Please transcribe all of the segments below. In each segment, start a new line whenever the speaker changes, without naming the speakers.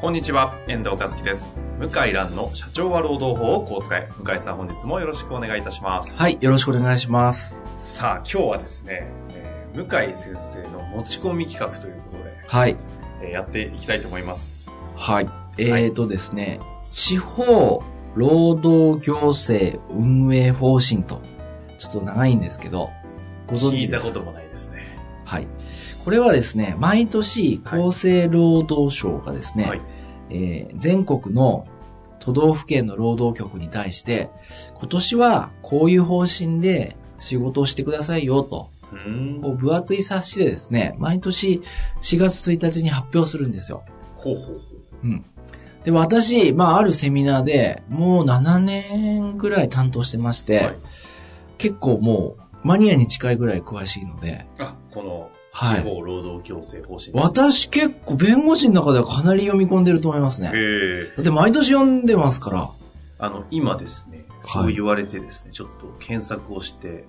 こんにちは、遠藤和樹です。向井蘭の社長は労働法をこう使え。向井さん本日もよろしくお願いいたします。
はい、よろしくお願いします。
さあ、今日はですね、えー向井先生の持ち込み企画ということで、
はい。
えーやっていきたいと思います。
はい。えーとですね、地方労働行政運営方針と、ちょっと長いんですけど、ご
聞
存知
い
で
た
す
こともないですね。
はい。これはですね、毎年
はい
厚生労働省がですね、
はい
えー全国の都道府県の労働局に対して、今年はこういう方針で仕事をしてくださいよと、
うーん。
こう分厚い冊子でですね、毎年4月1日に発表するんですよ。
ほうほう
で、私、まあ、あるセミナーで、もう7年ぐらい担当してまして、
はい
結構もう、マニアに近いぐらい詳しいので、
あ、この、
はい
地方労働共生方針です、
私結構弁護士の中ではかなり読み込んでると思いますね。
えー
だって毎年読んでますから、
あの、今ですね、そう言われてですね、ちょっと検索をして、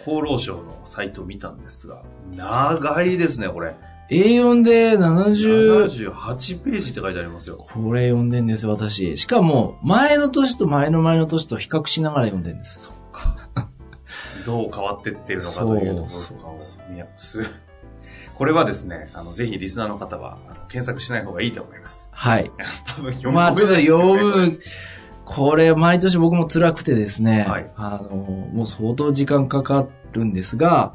厚労省のサイトを見たんですが、長いですね、これ。
A4 で70、
78ページって書いてありますよ。
これ読んでんですよ、私。しかも、前の年と前の前の年と比較しながら読んでんです。
どう変わってってるのかというところ
そ
と
う
かを見やす。これはですね、あの、ぜひリスナーの方は、あの検索しない方がいいと思います。
はい。
多分読み込め
まあ、ちょっと
ないです
読
よね
む、これ、毎年僕も辛くてですね、
はい
あの、もう相当時間かかるんですが、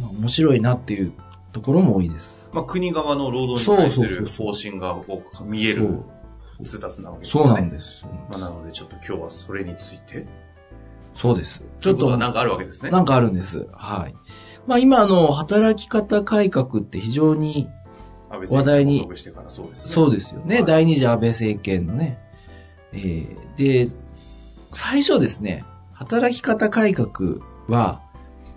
まあ、面白いなっていうところも多いです。
まあ、国側の労働に対す
そう
る
そ
方
う
針がこう見え
そ
る
う
通達なわけです
そ
ね。
うなんです。
まあ、なので、ちょっと今日はそれについて、
そうです。ち
ちょ
ょ
っ
っと
と、なんかあるわけですね。
なんかあるんです。はい。まあ今あの、働き方改革って非常に、
安倍さん
話題に
拘束してからそうですね。
そうですよね。
はい
第二次安倍政権のね。えー、で、最初ですね、働き方改革は、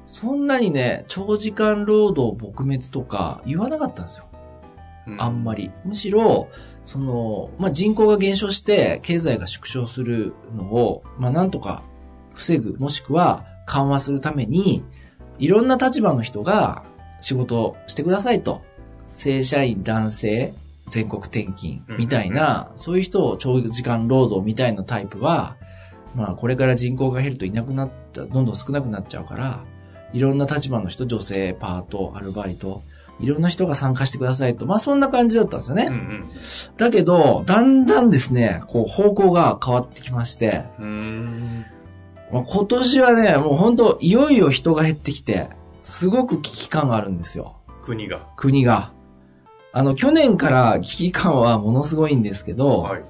そんなにね、長時間労働撲滅とか言わなかったんですよ。
う
あんまり。むしろ、その、まあ、人口が減少して、経済が縮小するのを、まあ、なんとか防ぐ、もしくは緩和するために、いろんな立場の人が仕事をしてくださいと。正社員、男性、全国転勤みたいな、そういう人を長時間労働みたいなタイプは、まあ、これから人口が減るといなくなった、どんどん少なくなっちゃうから、いろんな立場の人、女性、パート、アルバイト、いろんな人が参加してくださいと。まあ、そんな感じだったんですよね。
うんうん。
だけど、だんだんですね、こう、方向が変わってきまして、
うーん。
まあ、今年はね、もう本当いよいよ人が減ってきて、すごく危機感があるんですよ。
国が。
国が。あの、去年から危機感はものすごいんですけど、
はい。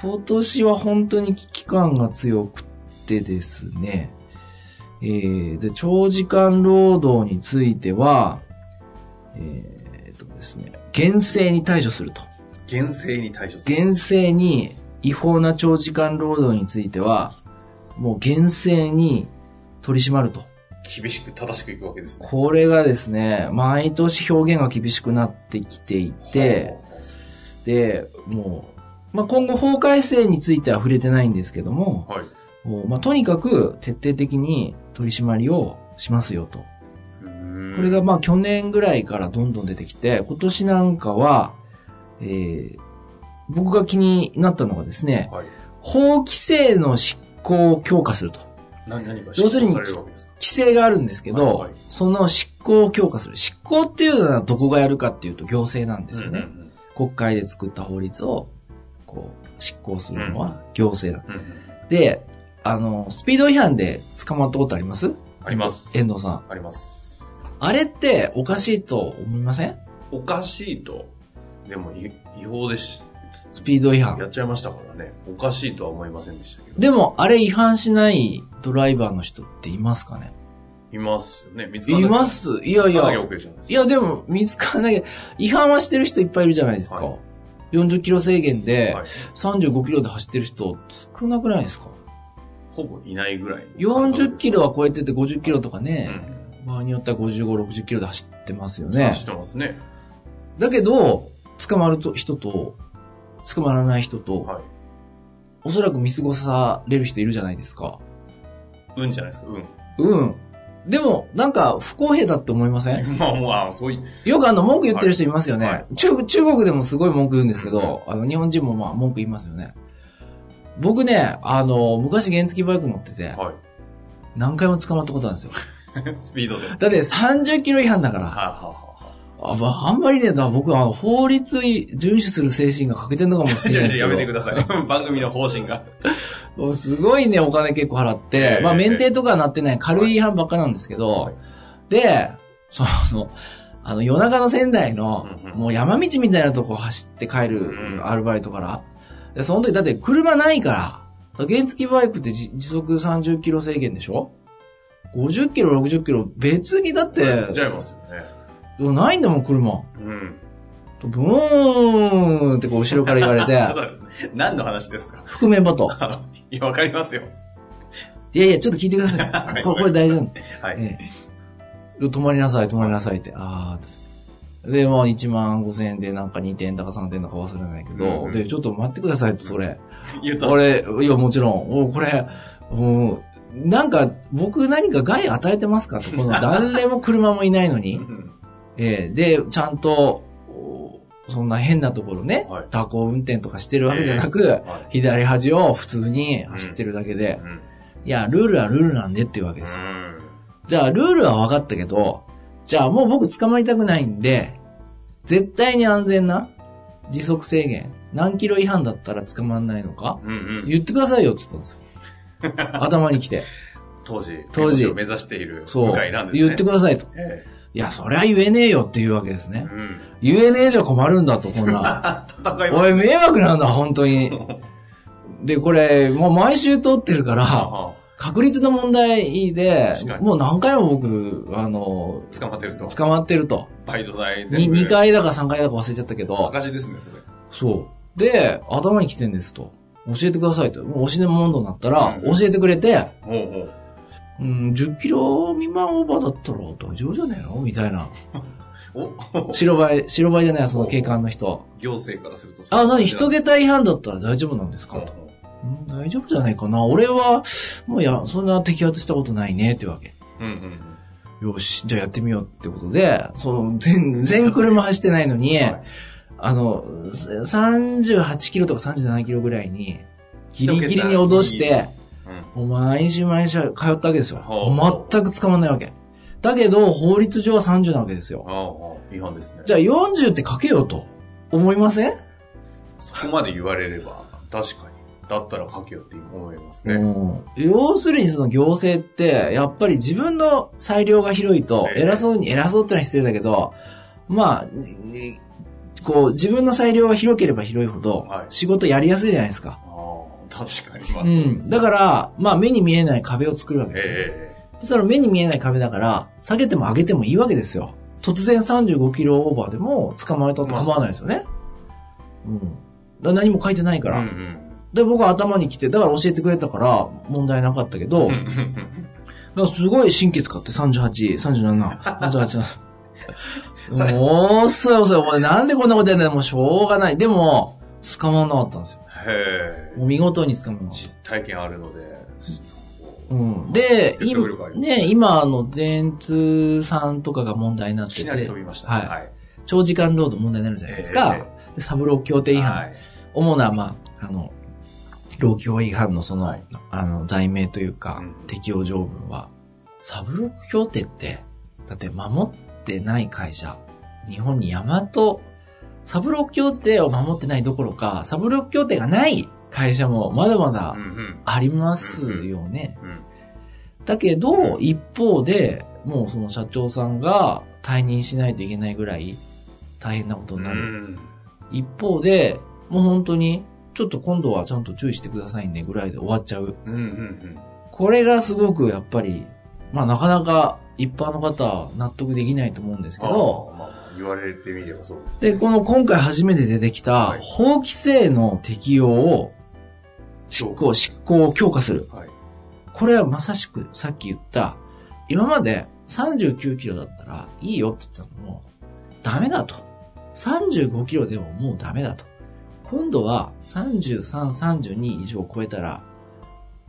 今年は本当に危機感が強くってですね、えー、で、長時間労働については、えー、っとですね、厳正に対処すると。
厳正に対処する。
厳正に違法な長時間労働については、もう厳正に取り締まると。
厳しく正しくいくわけですね。
これがですね、毎年表現が厳しくなってきていて、で、もう、まあ、今後法改正については触れてないんですけども、
はい。
もうまあ、とにかく徹底的に取り締まりをしますよと。
うーん
これがまあ去年ぐらいからどんどん出てきて、今年なんかは、えー僕が気になったのがですね、
はい。
法規制の執行を強化すると。
何、何が
要するに
執行されるわけですか
規制があるんですけど、
はいはい
その執行を強化する。執行っていうのはどこがやるかっていうと行政なんですよね。
うんうん
国会で作った法律を、こう、執行するのは行政なん
うんうんうん
で、あの、スピード違反で捕まったことあります
あります。
遠藤さん。
あります。
あれっておかしいと思いません
おかしいと。でも、い違法でし、
スピード違
やっ
反。
ちゃいましたからね。おかしいとは思いませんでしたけど。
でも、あれ違反しないドライバーの人っていますかね
いますよね。見つから
い
なきゃ
ます。いやい
見つからなきゃ
や。
OK じゃないですか
いや、でも、見つからなきゃ、違反はしてる人いっぱいいるじゃないですか。
は
40キロ制限で、
はい
35キロで走ってる人、少なくないですか
ほぼいないぐらい。
40キロは超えてて50キロとか
う
ね、
ん。
場合によっては55、60キロで走ってますよね
走。ってますね。
だけど、捕まると人と、捕まらない人と、
はい。
おそらく見過ごされる人いるじゃないですか。
運 じゃないですか、
うん。でも、なんか、不公平だって思いませ ん
運。まあまあ、そういう。
よくあの、文句言ってる人いますよね。
は
中中国でもすごい文句言うんですけど、あの、日本人もまあ、文句言いますよね。僕ね、あの、昔原付バイク乗ってて、
は
何回も捕まったことなんですよ。
い。 スピードで。は
だって30キロ違反だか
あ、
ら、
はあは
あまああんまりね、だから僕はあの法律遵守する精神が欠けてんのかも
あ、
し
ち
れ
ょ
ない
ち
いですけ
ょ
ど。
やめてくだ さい。 番組の方針が。
もうすごいね、お金結構払って
え、え
まあ、免停とかはなってない、軽い違反ばっかなんですけ
は
ど
い、
で、その、あの、夜中の仙台の
うんう、ん
もう山道みたいなとこ走って帰
う
る、
ん
アルバイトから。で、その時、だって車ないから、原付バイクって時時速30キロ制限でしょ ?50 キロ、60キロ、別にだって、
じゃいますよね。
ないんだもん、車。
うん。
ブーンってこう、後ろから言わ れ
ちょっと待って
て、
ください何の話ですか
覆面バト。
いや、わかりますよ。
いやいや、ちょっと聞いてください。これ、 これ大事なんで
はい。
ええ。止まりなさい、止まりなさいって、あーつで、まあ、1万5千円で、なんか2点だか3点だか忘れないけど、
うんうん
で、ちょっと待ってくださいと、それ。
言うと。
俺、いや、もちろん、おこれ、もう、なんか、僕何か害与えてますかと、この、誰も車もいない の
う
に。
ん
ええ、で、ちゃんと、おそんな変なところね、
はい
蛇行運転とかしてるわけじゃなく、
はい
左端を普通に走ってるだけで
う、ん。
いや、ルールはルールなんでっていうわけですよ。じゃあ、ルールは分かったけど、じゃあもう僕捕まりたくないんで、絶対に安全な時速制限、何キロ違反だったら捕まんないのか
うんうん。
言ってくださいよって言ったんですよ。 頭に来て。
当時、
当時
弁護士を目指している
そう。
向井なんですね。
言ってくださいと。
え
いや、そりゃ言えねえよっていうわけです
え
ね。
うん。
言えねえじゃ困るんだと、こ んな。
戦いは
おい、迷惑なんだ、本当 に。で、これ、もう毎週通ってるから、
あ
確率の問題で
確か、に
もう何回も僕、あの、
あ捕まってると。
捕まってると。
バイト代
に
全部。
2回だか3回だか忘れちゃったけど、
赤字ですね、それ。
そう。で、頭に来てんですと。教えてくださいと。もう押しでも問答になったら、
うん
教えてくれて、
もうもう。
うん、10キロ未満オーバーだったら大丈夫じゃねえのみたいな。
お
白バイ、白バイじゃない、その警官の人。
行政からするとそう
あ、
いう
なに、
感じ
人桁違反だったら大丈夫なんですか
なんだ
と。うん、大丈夫じゃないかな。俺は、もうや、そんな摘発したことないね、ってわけ。
うんうんうん。
よし、じゃあやってみようってことで、その、全然車走ってないのに、
はい
あの、38キロとか37キロぐらいに、ギリギリに脅して、もう毎週毎週通ったわけですよ
ほう。
全く捕まんないわけ。だけど、法律上は30なわけですよ。
ああ、違反ですね。
じゃあ40って書けよと思いません、
そこまで言われれば、確かに。だったら書けよって思います
う
ね。
ん要するにその行政って、やっぱり自分の裁量が広いと、
ええ
偉そうに、偉そうってのは失礼だけど、まあ、ねこう、自分の裁量が広ければ広いほど
はい、
仕事やりやすいじゃないですか。
ああ、確かに。まあ、
う
そうで
ん。
す
だから、まあ目に見えない壁を作るわけですよ。
え
でその目に見えない壁だから、下げても上げてもいいわけですよ。突然35キロオーバーでも捕まえたって構わないですよね。うん。だから何も書いてない
え
か
ええ
ら。
うんうん
で、僕は頭に来て、だから教えてくれたから問題なかったけど、
うん
だからすごい神経使って38、37、38。もう遅い遅い。お前なんでこんなことやんだよ。もうしょうがない。でも、捕まんなかったんですよ。
へえ。
もう見事に捕まんなかった。
実体験あるので、
うん。で、
説
今
得力あり、ます
ね、今、あの、電通さんとかが問題になっ
い
て
きなり
て
飛、びましたね。。
はい長時間労働問題になるじゃないですか。でサブロー協定
ええ
違反。
はい
主な、まあ、あの、労協違反のその、
はい
あの、罪名というか、
うん
適用条文は、サブロー協定って、だって守ってない会社、日本にヤマト、サブロー協定を守ってないどころか、サブロー協定がない会社もまだまだ
うんうん。
ありますよね。
うん
だけど、
う
一方で、もうその社長さんが退任しないといけないぐらい大変なことにな
う
る。
ん
一方で、もう本当に、ちょっと今度はちゃんと注意してくださいねぐらいで終わっちゃう。
うんうんうん。
これがすごくやっぱり、まあなかなか一般の方納得できないと思うんですけ
あ
ど、
ーまあまあ言われてみればそうです。
で、この今回初めて出てきた
はい
法規制の適用を執行、執行を強化する。
はい。
これはまさしくさっき言った、今まで39キロだったらいいよって言ってたのも、ダメだと。35キロでももうダメだと。今度は33、32以上超えたら、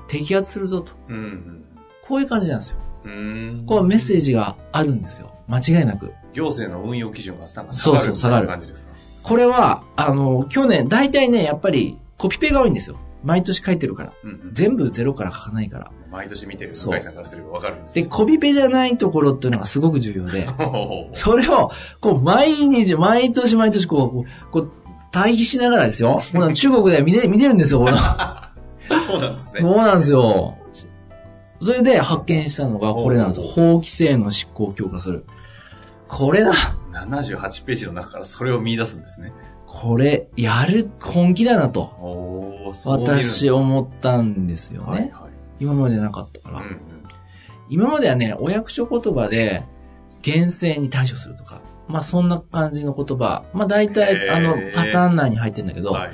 摘発するぞと。
うん
こういう感じなんですよ。
うん。うーん
ここはメッセージがあるんですよ。間違いなく。
行政の運用基準がなんか
そうそう
下がるみ
下がる
たいな感じですか
これは、あの、去年、大体ね、やっぱりコピペが多いんですよ。毎年書いてるから。
うんうん
全部ゼロから書かないから。
毎年見てる
そう
向井さんからすればわかるんです
で、コピペじゃないところっていうのがすごく重要 で、
ほうほう
それを、こう、毎日、毎年毎年、こうこう、こう、対比しながらですよ。この中国では見て、見てるんですよ、こ の
ほうそうなんです
そ
ね。
うなんですよ。それで発見したのがこれなんです。
おう
法規制の執行を強化する。これだ
78ページの中からそれを見出すんですね。
これ、やる、本気だなと、
おー、そう見るんです
私思ったんですよね。
はいはい。
今までなかったから。
うんうん
今まではね、お役所言葉で、厳正に対処するとか、まあそんな感じの言葉、まあ大体、
へー
あの、パターン内に入ってんだけど、
はい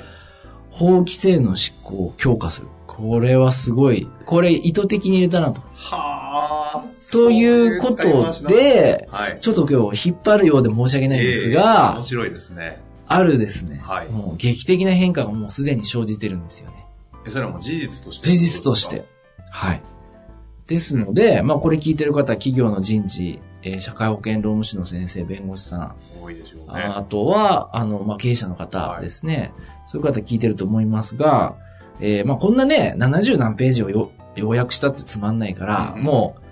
法規制の執行を強化する。これはすごい、これ意図的に入れたなと。
はあ。
というこ
そういう使い回し
と
な、
で、
はい。
ちょっと今日引っ張るようで申し訳ないんです
ええ
が
面、白いですね。
あるですね、
はい
もう劇的な変化がもうすでに生じてるんですよね。
えそれはもう事実として。
事実として。。はい。ですので、まあこれ聞いてる方、企業の人事、えー社会保険労務士の先生、弁護士さん、
多いでしょうね
あ。あとは、あの、まあ経営者の方ですね、そういう方聞いてると思いますが、えーまあこんなね、70何ページをよ要約したってつまんないから、
うん
もう、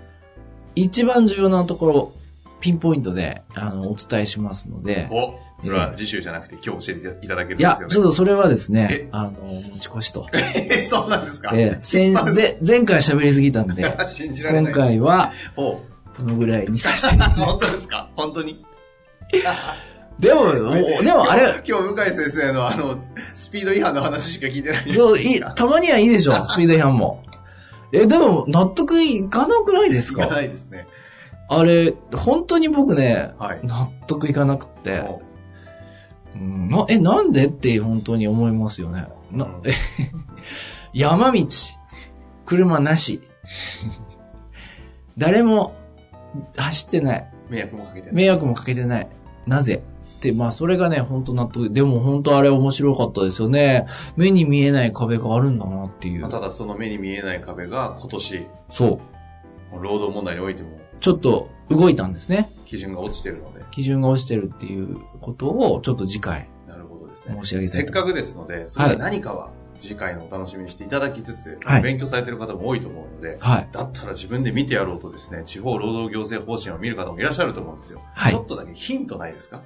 一番重要なところ、ピンポイントで、あの、お伝えしますので、
お、それは次週じゃなくて今日教えていただけるん
い
で
や、
すよね。
ちょっとそれはですね
え、
あの、持ち越しと。
えそうなんですか、
えー先
まず
ぜ前回喋りすぎ たんで、
信じられな
今
い。
回は、
おう
このぐらいにさせて。
本当ですか本当に。
でも、おでもあれ、
今日、今日向井先生のあの、スピード違反の話しか聞いてない。
そう、いい、たまにはいいでし ょ、スピード違反も。え、でも、納得いかなくないです
聞か
か
ないですね。
あれ、本当に僕ね、
はい。
納得いかなくって、
おう
うん、なえ、なんでって本当に思いますよね。な
うん、
え、山道、車な し、誰も走ってない。
迷惑もかけてない。
迷惑もかけてない。なぜって、まあ、それがね、本当納得。でも本当あれ面白かったですよね。目に見えない壁があるんだなっていう
まあ。ただその目に見えない壁が今年、
そう。
労働問題においても
ちょっと動いたんですね。
基準が落ちてるので。
基準が落ちてるっていうことを、ちょっと次回
なるほどですね。
申し上げた
せ
い
っ
と。
かくですので、それは何かは次回のお楽しみにしていただきつつ、
はい
勉強されてる方も多いと思うので、
はい。
だったら自分で見てやろうとですね、地方労働行政方針を見る方もいらっしゃると思うんですよ。
は
ちょ
い。
っとだけヒントないですか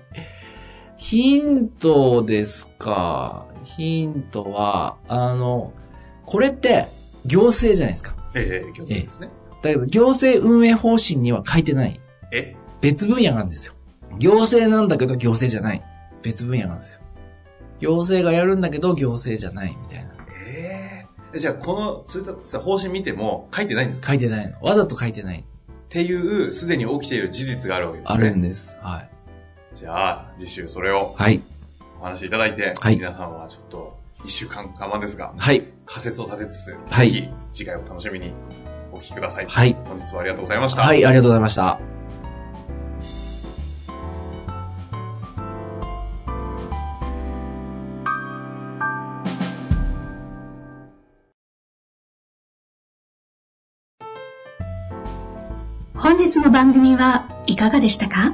ヒントですか。ヒントは、あの、これって行政じゃないですか。
ええ行政ですね。
だけど行政運営方針には書いてない。
え
別分野があるんですよ。行政なんだけど行政じゃない。別分野なんですよ。行政がやるんだけど行政じゃないみたいな。
ええじゃあ、この、そういったさ方針見ても書いてないんですか
書いてないの。わざと書いてない。
っていう、すでに起きている事実があるわけですね。
あるんです。はい。
じゃあ、次週それを
はい。
お話しいただいて、
はい
皆さんはちょっと、一週間我慢ですが、
はい。
仮説を立てつつ、
はい
ぜひ次回を楽しみにお聞きください。
はい。
本日はありがとうございました。
はい、ありがとうございました。
本日の番組はいかがでしたか